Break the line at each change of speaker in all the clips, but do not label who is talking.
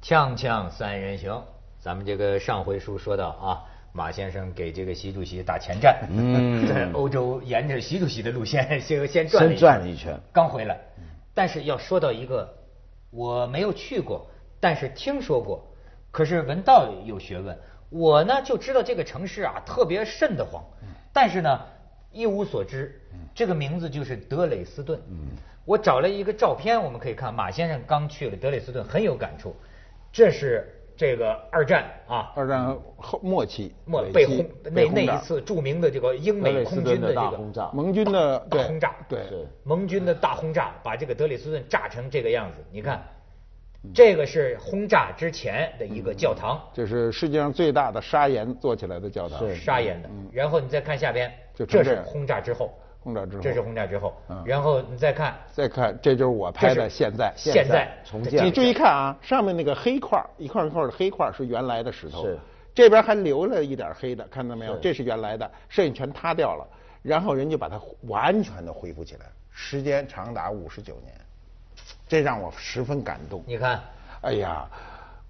锵锵三人行，咱们这个上回书说到啊，马先生给这个习主席打前站，
嗯
在欧洲沿着习主席的路线先先转
先
一
转了一圈，
刚回来。但是要说到一个我没有去过，但是听说过，可是文道有学问，我呢就知道这个城市啊特别瘆得慌，但是呢一无所知。这个名字就是德累斯顿。我找了一个照片，我们可以看马先生刚去了德累斯顿，很有感触。这是这个二战啊，
二战后末期，
莫
北
被
击
轰那
被轰
那一
炸
次著名的这个英
德
美
累斯
空
顿
军的这
大
个
轰炸，
盟军的
大
对
轰炸，
对
是
盟军的大轰炸把这个德累斯顿炸成这个样子。你看，这个是轰炸之前的一个教堂，
这是世界上最大的砂岩做起来的教堂，
是
砂岩的。然后你再看下边，
嗯就
这
成
是
这样
轰炸之后，
轰炸之后
这是轰炸之后
嗯。
然后你再看，
再看，这就是我
这
拍
是
的现在。
现在
重
这
建
你注意看啊，上面那个黑块儿一块儿一块儿的黑块儿是原来的石头，
是
这边还留了一点儿黑的，看到没有？
是
这是原来的，摄影全塌掉了，然后人就把它完全的恢复起来，时间长达五十九年，这让我十分感动。
你看，
哎呀，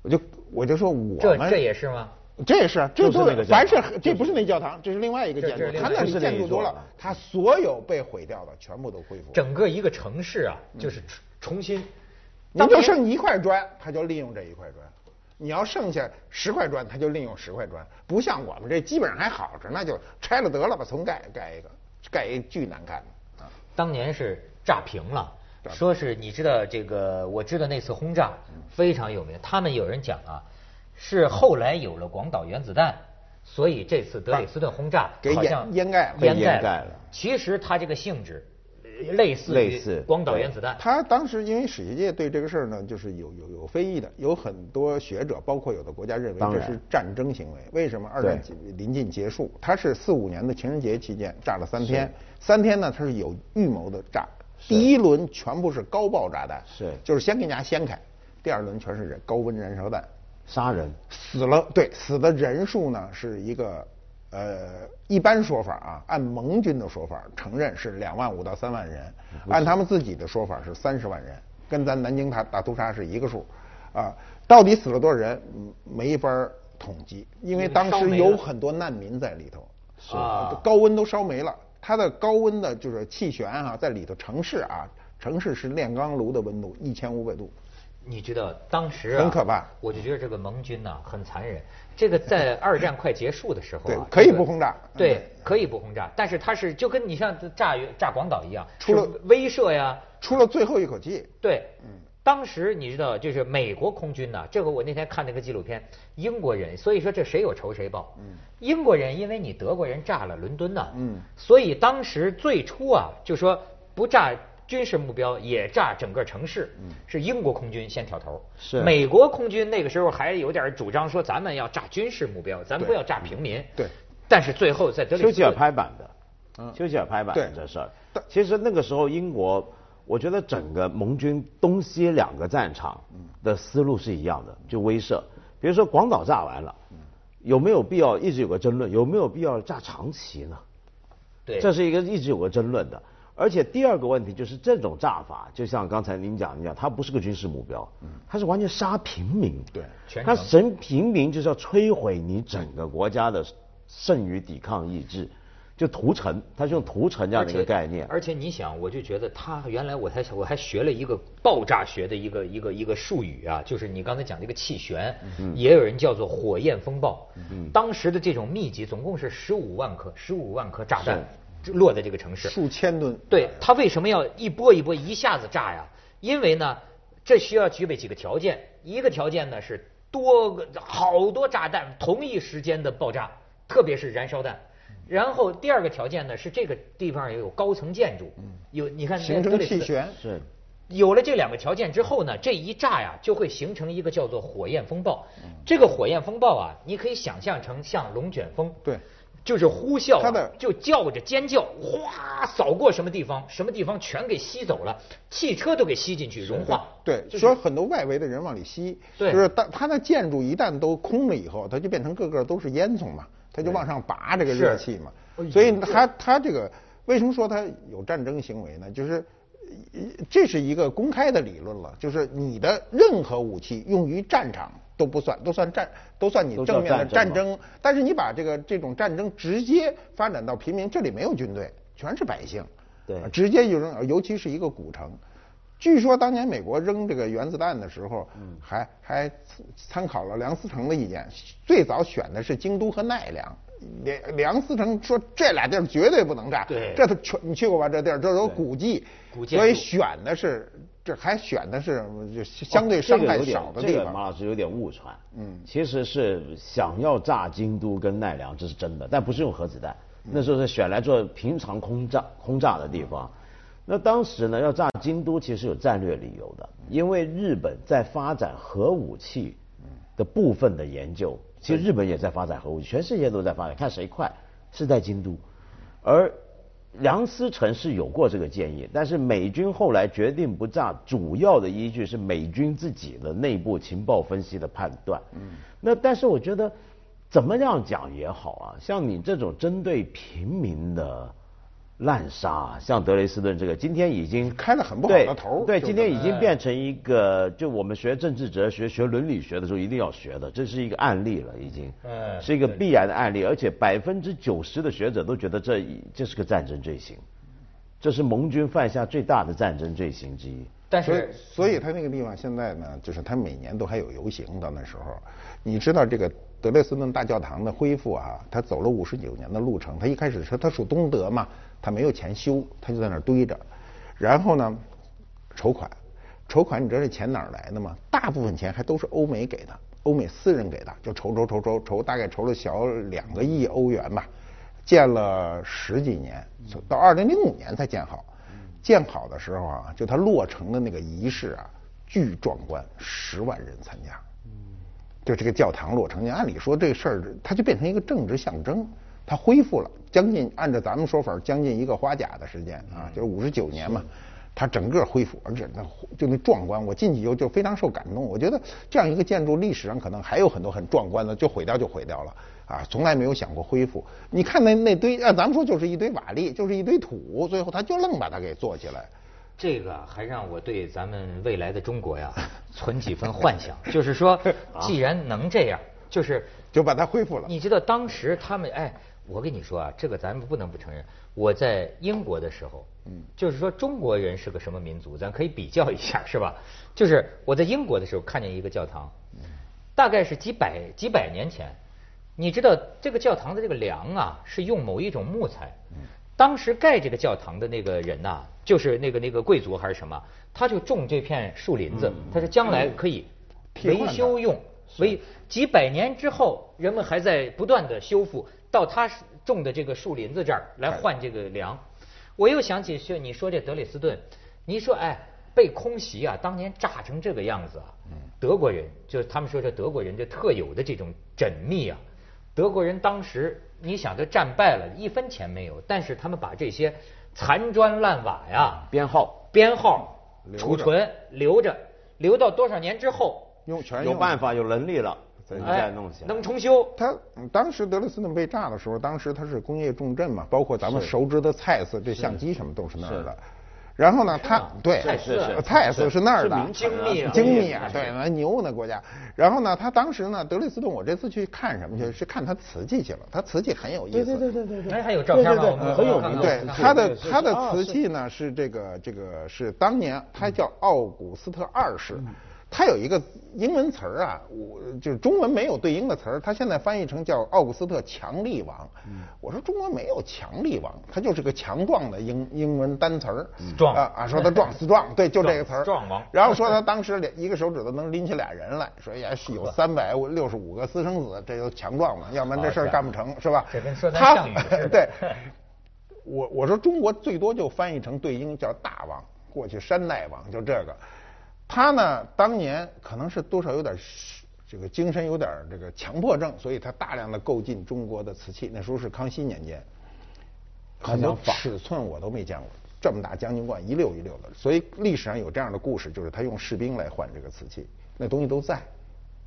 我就我就说我
这
们
这也是吗？
这也是啊，这
就是
都
那个教
凡是
堂
这不是那教堂，这是另外一个
这
建
这是
筑，
另
它
外
那
一
里
个
建
不是那一
筑多
座
了
啊，
它所有被毁掉的全部都恢复。
整个一个城市啊，就是重重新。
你就
年
剩一块砖，它就利用这一块砖；你要剩下十块砖，它就利用十块砖。不像我们这基本上还好着，那就拆了得了吧，重盖盖一个，盖一巨难看的。啊
当年是炸平了，
炸平
说是你知道这个，我知道那次轰炸非常有名。他们有人讲啊，是后来有了广岛原子弹，所以这次德累斯顿轰炸
给
好
掩
像
掩盖了
掩
被
盖
掩盖了
其实它这个性质呃类似
类
于
似
广岛
对
原子弹。
他当时因为史学界对这个事儿呢，就是有有有非议的，有很多学者，包括有的国家认为
当
这
然
是战争行为。为什么二战
对
临近结束？他是四五年的情人节期间炸了三天，三天呢他是有预谋的炸，
是
第一轮全部是高爆炸弹，
是
就是先给人家掀开，第二轮全是燃高温燃烧弹，
杀人，
死了，对，死的人数呢是一个，呃，一般说法啊，按盟军的说法承认是两万五到三万人，按他们自己的说法是三十万人，跟咱南京大大屠杀是一个数，啊，到底死了多少人嗯没法儿统计，因为
因为
当
烧
时
没
有
了
很多难民在里头，
是啊
高温都烧没了，它的高温的就是气旋啊，在里头城市啊，城市是炼钢炉的温度一千五百度，
你知道当时、啊、
很可怕
我就觉得这个盟军呐、很残忍。这个在二战快结束的时候、啊，
对
这个
可以不轰炸
对
嗯，
可以不轰炸，但是它是就跟你像炸炸广岛一样，
除了
是威慑呀，
出了最后一口气。
对，当时你知道，就是美国空军呐、这个我那天看那个纪录片，英国人，所以说这谁有仇谁报。英国人因为你德国人炸了伦敦呐、
嗯
所以当时最初啊，就说不炸军事目标，也炸整个城市，是英国空军先挑头。
是
美国空军那个时候还有点主张说，咱们要炸军事目标，咱们不要炸平民。
对
但是最后在德里
丘吉尔拍板的，丘吉尔拍板
对
的这事儿
但。
其实那个时候英国，我觉得整个盟军东西两个战场的思路是一样的，就威慑。比如说广岛炸完了，有没有必要一直有个争论，有没有必要炸长崎呢？
对，
这是一个一直有个争论的。而且第二个问题就是这种炸法，就像刚才您讲一样，它不是个军事目标，它是完全杀平民。
对
全
它
程
神平民就是要摧毁你整个国家的剩余抵抗意志，就屠城，它是用屠城这样的一个概念。
而且你想，我就觉得他原来我还我还学了一个爆炸学的一个一个一个术语啊，就是你刚才讲这个气旋，
嗯
也有人叫做火焰风暴。当时的这种密集总共是十五万颗，十五万颗炸弹落在这个城市，
数千吨
对他为什么要一波一波一下子炸呀？因为呢，这需要具备几个条件，一个条件呢是多个好多炸弹同一时间的爆炸，特别是燃烧弹。然后第二个条件呢是这个地方也有高层建筑，有你看
嗯形
德
成
累斯
气旋。
是
有了这两个条件之后呢，这一炸呀就会形成一个叫做火焰风暴。
嗯
这个火焰风暴啊，你可以想象成像龙卷风，
对，
就是呼啸、啊，
它的
就叫着尖叫，哗扫过什么地方，什么地方全给吸走了，汽车都给吸进去融化。
对，
就是
所以很多外围的人往里吸，
对
就是当它的建筑一旦都空了以后，它就变成个个都是烟囱嘛，它就往上拔这个热气嘛
是哎呦，
所以它它这个为什么说它有战争行为呢？就是呃这是一个公开的理论了，就是你的任何武器用于战场都不算，都算战，都算你
都叫
正面的
战
战
争
争。但是你把这个这种战争直接发展到平民，这里没有军队，全是百姓，
对
直接就扔，尤其是一个古城。据说当年美国扔这个原子弹的时候，
嗯
还还参考了梁思成的意见，最早选的是京都和奈良。梁梁思成说这俩地儿绝对不能炸，
对
这都全你去过吧？这地儿这都
对
古迹，
古建
所以
筑
选的是这还选的是就相对伤害少
哦
的
这
地
个有点这个马
方。
老师有点误传，
嗯
嗯，其实是想要炸京都跟奈良，这是真的，但不是用核子弹，
嗯
那时候是选来做平常空炸空炸的地
嗯
方。那当时呢，要炸京都其实有战略理由的，
嗯
因为日本在发展核武器
嗯
的部分的研究，其实日本也在发展核武器，全世界都在发展，看谁快，是在京都。而梁思成是有过这个建议，但是美军后来决定不炸，主要的依据是美军自己的内部情报分析的判断。嗯，那但是我觉得怎么样讲也好啊，像你这种针对平民的滥杀，像德累斯顿这个，今天已经
开了很不好
对
的头儿
对，
就
今
是哎
天已经变成一个，就我们学政治哲学、学伦理学的时候一定要学的，这是一个案例了，已经，
哎
是一个
对
必然的案例，而且百分之九十的学者都觉得这一这是个战争罪行，这是盟军犯下最大的战争罪行之一。
但
所以
是，
所以他那个地方现在呢，就是他每年都还有游行的那时候，你知道这个德累斯顿大教堂的恢复啊，他走了五十九年的路程。他一开始说他属东德嘛，他没有钱修，他就在那儿堆着，然后呢，筹款，筹款你知道这钱哪儿来的吗？大部分钱还都是欧美给的，欧美私人给的，就筹筹筹筹筹，大概筹了小两个亿欧元吧，建了十几年，到二零零五年才建好。嗯建好的时候啊，就它落成的那个仪式啊，巨壮观，十万人参加。就这个教堂落成，你按理说这个事儿，它就变成一个政治象征，它恢复了将近按照咱们说法儿，将近一个花甲的时间啊，就是五十九年嘛，它整个恢复，而且那就那壮观，我进去以后就非常受感动。我觉得这样一个建筑历史上可能还有很多很壮观的，就毁掉就毁掉了啊，从来没有想过恢复。你看那那堆，啊按咱们说就是一堆瓦砾，就是一堆土，最后他就愣把它给做起来。
这个还让我对咱们未来的中国呀存几分幻 想，就是说，
啊
既然能这样，就是
就把它恢复了。
你知道当时他们哎，我跟你说啊，这个咱们不能不承认。我在英国的时候，嗯，就是说中国人是个什么民族，咱可以比较一下，是吧？就是我在英国的时候看见一个教堂，大概是几百几百年前，你知道这个教堂的这个梁啊，是用某一种木材。当时盖这个教堂的那个人呐、就是那个那个贵族还是什么，他就种这片树林子，他说将来可以
替换
维
它
修用，所以几百年之后，人们还在不断的修复，到他种的这个树林子这儿来换这个粮。
哎
我又想起是你说这德累斯顿，你说哎被空袭啊，当年炸成这个样子啊，
嗯
德国人就是他们说这德国人这特有的这种缜密啊，德国人当时你想这战败了，一分钱没有，但是他们把这些残砖烂瓦呀、
编号
编号、
留着
储存留着，留到多少年之后
用全
有
用
办法有能力了，咱们再
哎
弄起来。
能重修。
它嗯当时德累斯顿被炸的时候，当时它是工业重镇嘛，包括咱们熟知的蔡司，这相机什么都是那儿的
是。
然后呢，
是
它
吗
对
蔡司啊
呃蔡司是那儿的，
是民
精密啊
精
工
密
业
啊，
是
对，那牛呢国家。然后呢，他当时呢，德累斯顿，我这次去看什么去？是看他瓷器去了，他瓷器很有意思。
对
哎还有照片吗
对对
我们
很有
看
名
看
的
对
瓷器。
它的
对是
它的
啊是
瓷器呢是这个这个是当年它叫奥古斯特二世，它有一个英文词儿啊，我就是中文没有对应的词儿，它现在翻译成叫奥古斯特强力王。我说中国没有强力王，它就是个强壮的英英文单词儿。
壮
啊啊，说他壮死壮，对，就这个词儿。
壮壮王
然后说他当时连一个手指头能拎起俩人来，说也是有三百六十五个私生子，这就强壮了，要不然这事儿干不成，是吧？
这跟说咱
他
项羽似的
对，我我说中国最多就翻译成对应叫大王，过去山大王就这个。他呢，当年可能是多少有点是这个精神有点这个强迫症，所以他大量的购进中国的瓷器。那时候是康熙年间，很多尺寸我都没见过，这么大将军罐一溜一溜的，所以历史上有这样的故事，就是他用士兵来换这个瓷器，那东西都在。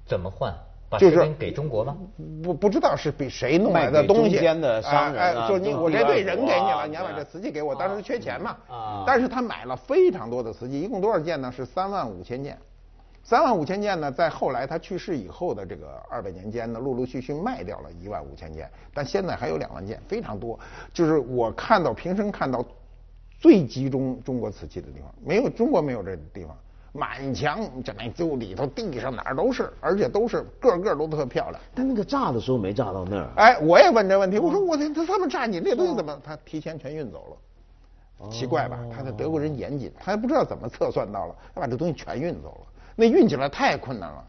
怎么换？把
就
士
是
兵给中国吗？
不不知道是比谁弄来的
卖给
东西，
中间的商人啊
哎哎说你
中
我这
间
队人给你
啊
了，你还把
对
这瓷器给我，当时缺钱嘛。
啊
但是他买了非常多的瓷器，一共多少件呢？是三万五千件。三万五千件呢，在后来他去世以后的这个二百年间呢，陆陆续续卖掉了一万五千件，但现在还有两万件，非常多。就是我看到平生看到最集中中国瓷器的地方，没有中国没有这地方，满墙这就里头地上哪儿都是，而且都是个个都特漂亮。
但那个炸的时候没炸到那儿，
哎，我也问这问题，我说
嗯
我天，他他们炸你这东西怎么？他提前全运走
哦
了，奇怪吧？他的德国人严谨，他也不知道怎么测算到了，他把这东西全运走了，那运起来太困难了，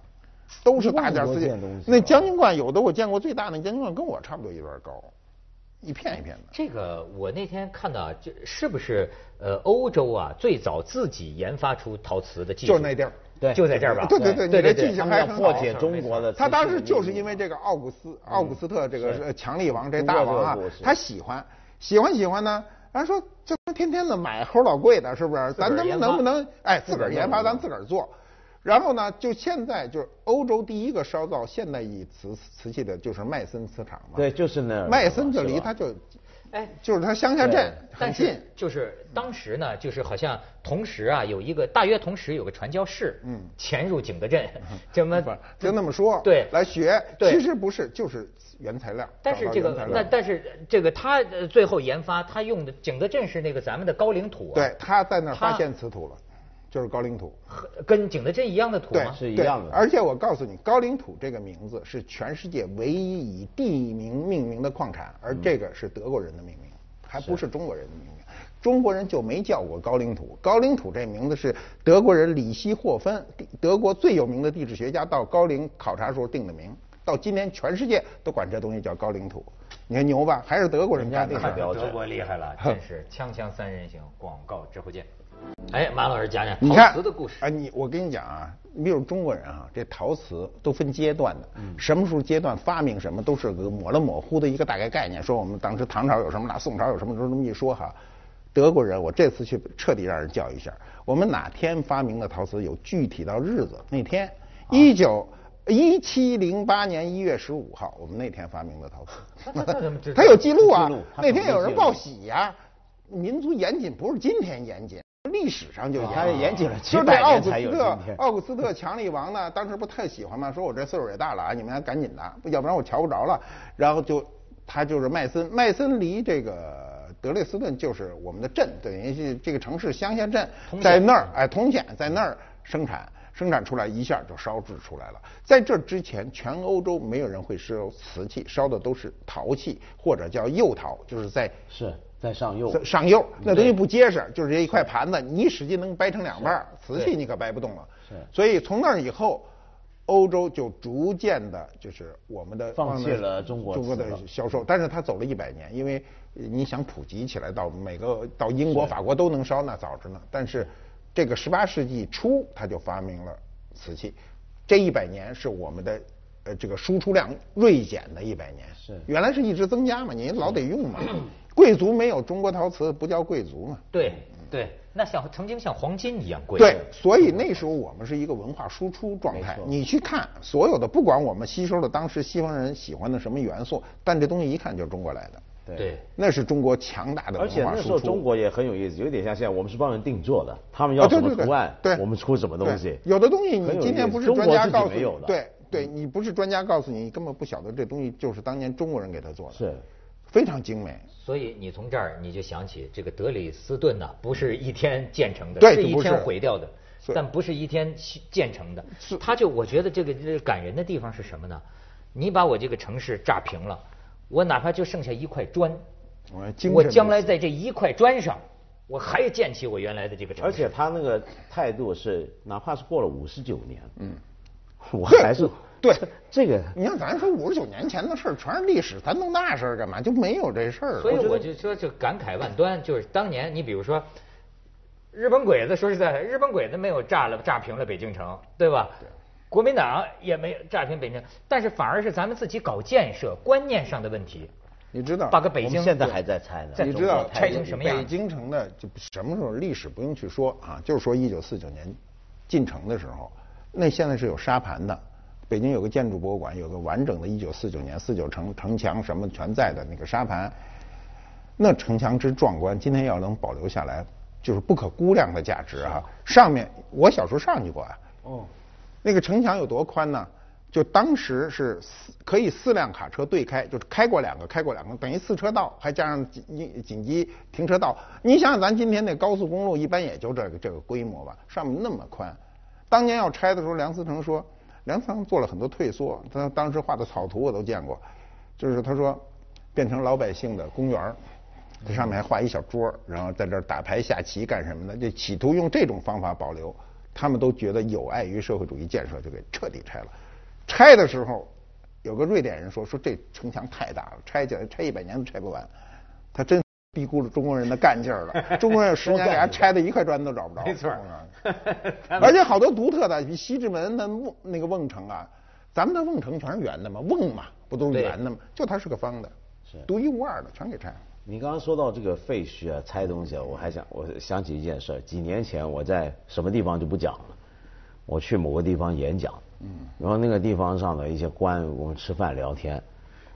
都是大件
一万多
四
件东西啊
那将军罐有的我见过最大的将军罐跟我差不多一段高，一片一片的。
这个我那天看到，就是不是呃欧洲啊最早自己研发出陶瓷的技术？
就是那地儿
对
就在这儿吧。
对对对
对
你
对
这
对
记性
他
对。
们要破解中国的瓷器
他
的命运。
当时就是因为这个奥古斯奥古斯特这个
是
是强力王这大王啊
中国这个故事，
他喜欢喜欢喜欢呢，然后说这不天天的买齁老贵的，是不是？
自个儿
咱能
研发
能不能哎
自
自
个
个
儿
儿
弄
研发，
弄
咱自个儿做。然后呢，就现在就是欧洲第一个烧造现代意瓷瓷器的，就是麦森瓷厂嘛。
对，就是那儿。
麦森就离
是吧
他就
哎，
就是他乡下镇很
但
近
是。就是当时呢，就是好像同时啊，有一个大约同时有个传教士，
嗯
潜入景德镇，怎么
不是就那么说，
对
来学，
对
其实不是，就是原材料。
但
找
是
到
这
原材
个，
料
但但是这个他呃最后研发，他用的景德镇是那个咱们的高岭土、啊，
对，他在那儿发
他
现瓷土了，就是高岭土。
和，跟景德镇一样的土
对
吗？，
是一
对
样的
而且我告诉你，高岭土这个名字是全世界唯一以地名命名的矿产，而
嗯
这个是德国人的命名，还不是中国人的命名。中国人就没叫过高岭土，高岭土这名字是德国人里希霍芬，地德国最有名的地质学家到高岭考察时候定的名。到今天，全世界都管这东西叫高岭土，你看牛吧？还是德国人干的事
人
看
家
儿
定。标准
德国厉害了，真是锵锵三人行，广告之后见。哎，马老师讲讲
你
陶
看
瓷的故事。
啊，你我跟你讲啊，你比如中国人啊，这陶瓷都分阶段的，
嗯
什么时候阶段发明什么都是个模了模糊的一个大概概念。说我们当时唐朝有什么啦，宋朝有什么，就这么一说哈。德国人，我这次去彻底让人教育一下，我们哪天发明的陶瓷有具体到日子那天，
啊
一九一七零八年一月十五号，我们那天发明的陶
那那那怎么知
瓷，
道
它有记录啊
记录。它
那
怎么
天有
记
人
录
报喜呀、民族严谨不是今天严谨，历史上就严谨。
它也严谨了
啊就
几
这
百
奥
年
古
才
斯
有今
特
天，
奥古斯特强力王呢，当时不太喜欢嘛，说我这岁数也大了啊，你们还赶紧的，要不然我瞧不着了。然后就他就是麦森，麦森离这个德累斯顿就是我们的镇，等于是这个城市乡下镇
通，县
在那儿哎，通县在那儿生产。生产出来一下就烧制出来了。在这之前，全欧洲没有人会烧瓷器，烧的都是陶器或者叫釉陶，就是在
是在上釉。
上上釉，那东西不结实，就是这一块盘子，你一使劲能掰成两半儿，瓷器
对
你可掰不动了
是。
所以从那儿以后，欧洲就逐渐的，就是我们的
放弃
往那
了中国
中国的
瓷了
销售，但是它走了一百年，因为呃你想普及起来到每个到英国、法国都能烧，那早着呢。但是这个十八世纪初，他就发明了瓷器，这一百年是我们的。呃，这个输出量锐减的一百年，
是
原来是一直增加嘛，您老得用嘛。贵族没有中国陶瓷不叫贵族嘛。
对对，那像曾经像黄金一样贵。
对，所以那时候我们是一个文化输出状态
没错。
你去看所有的，不管我们吸收了当时西方人喜欢的什么元素，但这东西一看就是中国来的，
对，
那是中国强大的
而
文
且
化
那时
输
候
出。
中国也很有意思，有点像现在我们是帮人定做的，他们要什么图案，
啊对对对对
我们出什么东西
对。有的东西
很
你
有
今
意
天
思
不是
中
专
国
家
自己
告诉
没
你
有的，嗯
对对，你不是专家告诉你，你根本不晓得这东西就是当年中国人给他做的，
是
非常精美。
所以你从这儿你就想起这个德里斯顿呐、不是一天建成的，
对
是一
不是
天毁掉的，
是
但不是一天建成的。他就我觉得这个这个感人的地方是什么呢？你把我这个城市炸平了，我哪怕就剩下一块砖
我要精，
我
神
将
如
来在这一块砖上，我还建起我原来的这个城市。
而且他那个态度是，哪怕是过了五十九年，嗯，我
对
还是
对
这这个
你看，咱说五十九年前的事儿全是历史，咱弄那事儿干嘛？就没有这事儿了。
所以
我觉得
我就说，就感慨万端，就是当年你比如说，日本鬼子说实在的，日本鬼子没有炸了炸平了北京城，对吧？国民党也没有炸平北京，但是反而是咱们自己搞建设观念上的问题，
你知道，
把个
我
北
们
京
现在还在拆呢。
在
你
中
知
国
道
拆成什么样
北京城的就什么时候历史不用去说啊，就是说一九四九年进城的时候，那现在是有沙盘的，北京有个建筑博物馆，有个完整的1949年四九城城墙什么全在的那个沙盘，那城墙之壮观，今天要能保留下来，就是不可估量的价值啊！上面我小时候上去过啊，
哦，
那个城墙有多宽呢？就当时是四可以四辆卡车对开，就是开过两个，开过两个，等于四车道，还加上紧紧紧急停车道。你想想，咱今天那高速公路一般也就这个这个规模吧，上面那么宽。当年要拆的时候，梁思成说，梁思成做了很多退缩，他当时画的草图我都见过，就是他说变成老百姓的公园儿
嗯
这上面还画一小桌儿，然后在这儿打牌下棋干什么的，就企图用这种方法保留。他们都觉得有碍于社会主义建设，就给彻底拆了。拆的时候，有个瑞典人说说这城墙太大了，拆起来拆一百年都拆不完。他真低估了中国人的干劲儿了。中国人有十年给他拆的一块砖都找不着。
没错儿
嗯 而且好多独特的，比西直门那瓮那个瓮城啊，咱们的瓮城全是圆的嘛，瓮嘛不都是
对
圆的嘛，就它是个方的，
是
独一无二的，全给拆了。
你刚刚说到这个废墟啊、拆东西啊，我还想我想起一件事儿。几年前我在什么地方就不讲了，我去某个地方演讲，嗯，然后那个地方上的一些官，我们吃饭聊天，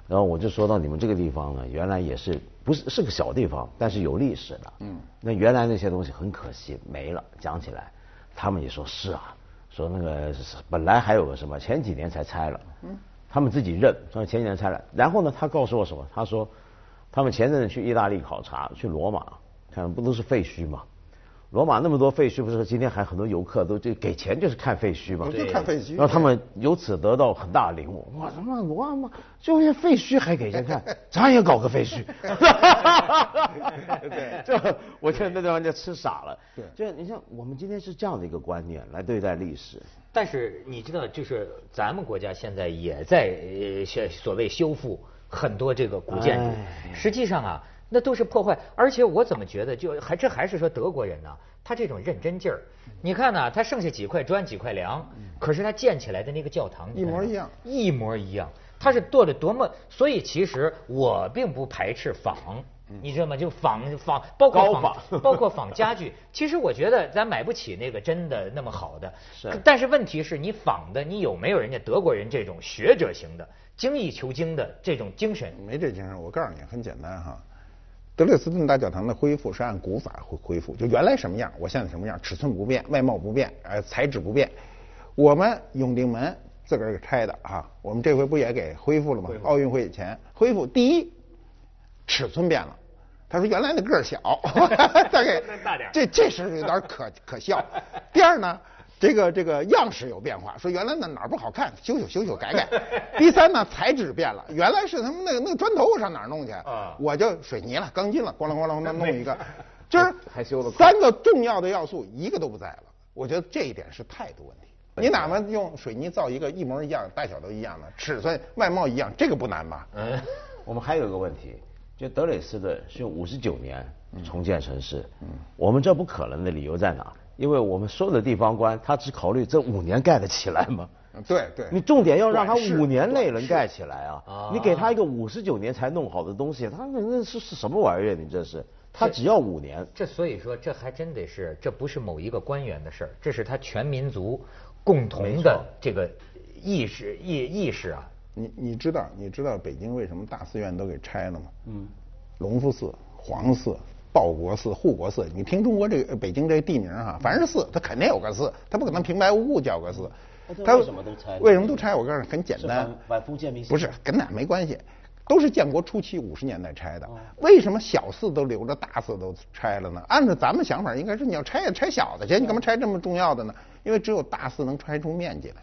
然后我就说到你们这个地方呢，原来也是不是是个小地方，但是有历史的，嗯，那原来那些东西很可惜没了。讲起来，他们也说是啊，说那个是本来还有个什么，前几年才拆了，嗯，他们自己认，说前几年拆了。然后呢，他告诉我什么？他说。他们前阵子去意大利考察，去罗马，看不都是废墟吗？罗马那么多废墟，不是今天还很多游客都就给钱就是看废墟吗？
我就看废墟嗯
然后他们由此得到很大领悟，哇，他妈罗马就是废墟还给钱 看，咱也搞个废墟。 对，这我觉得那地方就吃傻了。
对
就是你像我们今天是这样的一个观念来对待历史，
但是你知道，就是咱们国家现在也在呃，修所谓修复很多这个古建
哎
筑，实际上啊，那都是破坏。而且我怎么觉得，就还这还是说德国人呢、他这种认真劲儿。你看呐、他剩下几块砖、几块梁，可是他建起来的那个教堂
嗯一模一样，
你看一模一样。他是做的多么，所以其实我并不排斥仿，你知道吗？就仿仿，包括
高仿
仿，包括仿家具，其实我觉得咱买不起那个真的那么好的，
是
可但是问题是你仿的，你有没有人家德国人这种学者型的、精益求精的这种精神？
没这精神，我告诉你，很简单哈。德累斯顿大教堂的恢复是按古法恢恢复，就原来什么样，我现在什么样，尺寸不变，外貌不变，呃，材质不变。我们永定门自个儿给拆的啊，我们这回不也给恢复了吗？奥运会以前恢复，第一，尺寸变了。他说原来那个儿小， 再给
那大点儿
这这事儿有点可可笑。第二呢，这个这个样式有变化，说原来那哪儿不好看，修修修修改改。 第三呢，材质变了，原来是他们那个那个砖头，我上哪儿弄去？
啊
我就水泥了，钢筋了，咣啷咣啷那弄 一个，就是
还修了
三个重要的要素一个都不在了。我觉得这一点是态度问题。你哪怕用水泥造一个一模一样、大小都一样的，尺寸、外貌一样，这个不难吧？
嗯，
我们还有一个问题，就德累斯顿是用五十九年重建城市，
嗯
我们这不可能的理由在哪？因为我们所有的地方官，他只考虑这五年盖得起来吗？
嗯对对。
你重点要让他
短视
五年内能盖起来啊
啊！
你给他一个五十九年才弄好的东西，他那那是是什么玩意儿？啊你这是，他只要五年。
这所以说这还真得是，这不是某一个官员的事儿，这是他全民族共同的这个意识意意识啊。
你你知道你知道北京为什么大寺院都给拆了吗？嗯，隆福寺、皇寺、报国寺、护国寺，你听中国这个呃北京这个地名哈、凡是寺，它肯定有个寺，它不可能平白无故叫个寺
哎这。
它
为什么都拆
为什么都拆？我告诉你，很简单
是，反反封建迷信
不是跟那没关系，都是建国初期五十年代拆
哦
的。为什么小寺都留着，大寺都拆了呢？按照咱们想法，应该是你要拆也拆小的去，你干嘛拆这么重要的呢？因为只有大寺能拆出面积来。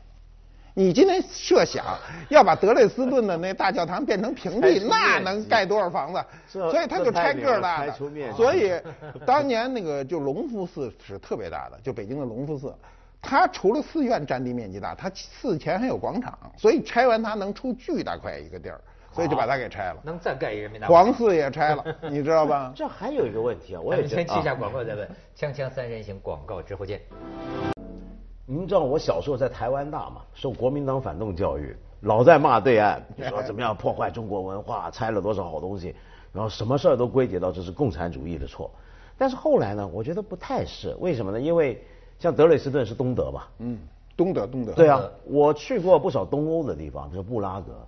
你今天设想要把德累斯顿的那大教堂变成平地，那能盖多少房子？
这
所以他就拆个儿大
这太牛了拆除面
的。
积
所以当年那个就隆福寺是特别大的，就北京的隆福寺，它除了寺院占地面积大，它寺前还有广场，所以拆完它能出巨大块一个地儿，
哦
所以就把它给拆了。
能再盖一人民大
皇寺也拆了，你知道吧？
这还有一个问题啊，我
我
也
们
觉得
先去一下
啊，
广告再问。锵锵三人行广告直播间。
您知道我小时候在台湾大嘛，受国民党反动教育，老在骂对岸，就说怎么样破坏中国文化，拆了多少好东西，然后什么事儿都归结到这是共产主义的错。但是后来呢，我觉得不太是，为什么呢？因为像德累斯顿是东德嘛，嗯，
东德，东德。
对啊，我去过不少东欧的地方，比如布拉格，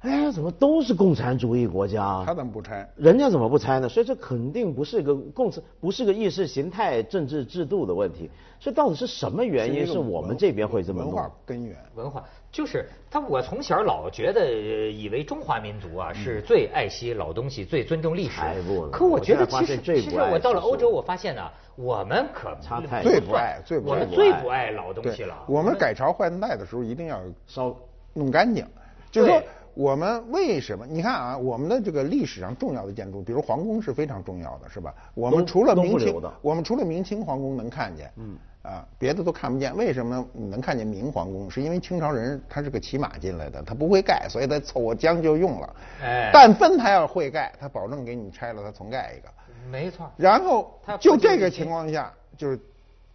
哎，怎么都是共产主义国家？
他怎么不拆？
人家怎么不拆呢？所以这肯定不是个共产，不是个意识形态政治制度的问题。所以到底是什么原因，
是一个
是我们
文
这边会这么
文
弄？
化根源。
文化就是他，我从小老觉得呃以为中华民族啊是最爱惜老东西、最尊重历史
哎嗯不。
可我觉得
我现在发
其
现
实
最
其
不
实
爱
我到了
就是
欧洲，我发现呢，我们可
差太
不
多
最不爱最不
我
爱
们
最不
最
爱
不爱老东
对
西了。
我们改朝换代的时候一定要
稍
弄干净，就是说
对
我们为什么？你看啊，我们的这个历史上重要的建筑，比如皇宫是非常重要的，是吧？我们
东
除了
东
明
不留
清
的，
我们除了明清皇宫能看见，嗯，啊，别的都看不见。为什么呢？你能看见明皇宫，是因为清朝人他是个骑马进来的，他不会盖，所以他凑合将就用了。
哎
但凡他要会盖，他保证给你拆了，他重盖一个。
没错。
然后
它
就
不就
这
一
个
些
情况下，就是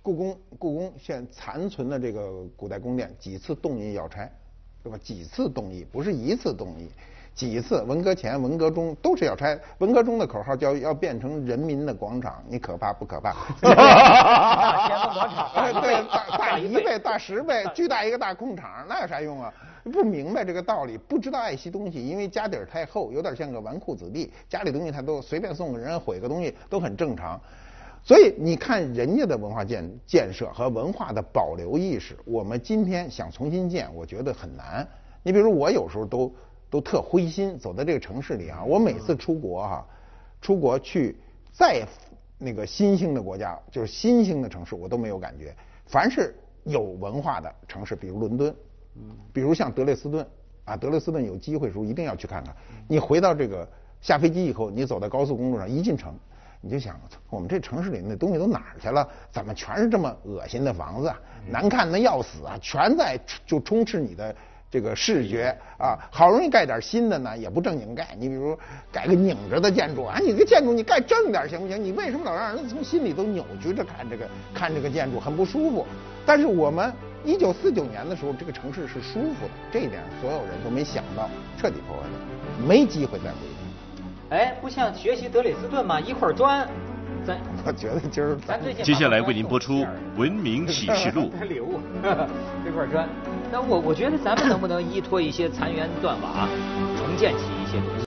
故宫故宫现残存的这个古代宫殿几次动议要拆，对吧？几次动议，不是一次动议，几次文革前、文革中都是要拆。文革中的口号叫要变成人民的广场，你可怕不可怕？
啊
大前锋广场 大一
对
倍，
大
大
大
一
一
倍
倍、大十倍，巨大一个大空场，那有啥用啊？不明白这个道理，不知道爱惜东西，因为家底儿太厚，有点像个纨绔子弟，家里东西太多，随便送个人毁个东西都很正常。所以你看人家的文化建建设和文化的保留意识，我们今天想重新建，我觉得很难。你比如我有时候都都特灰心，走在这个城市里啊，我每次出国哈、出国去再那个新兴的国家，就是新兴的城市，我都没有感觉。凡是有文化的城市，比如伦敦，比如像德累斯顿啊，德累斯顿有机会的时候一定要去看看。你回到这个下飞机以后，你走到高速公路上，一进城，你就想我们这城市里那东西都哪儿去了？怎么全是这么恶心的房子啊，难看的要死啊，全在就充斥你的。这个视觉啊，好容易盖点新的呢，也不正经盖。你比如盖个拧着的建筑啊，你这建筑你盖正点行不行？你为什么老让人从心里都扭曲着看这个看这个建筑，很不舒服？但是我们一九四九年的时候，这个城市是舒服的，这一点所有人都没想到，彻底破坏掉，没机会再回去。
哎，不像学习德累斯顿嘛，一块砖，咱
我觉得今儿咱
咱最近
接下来为您播出《文明启示录》。
礼物，啊这块砖。那我我觉得咱们能不能依托一些残垣断瓦，重建起一些东西？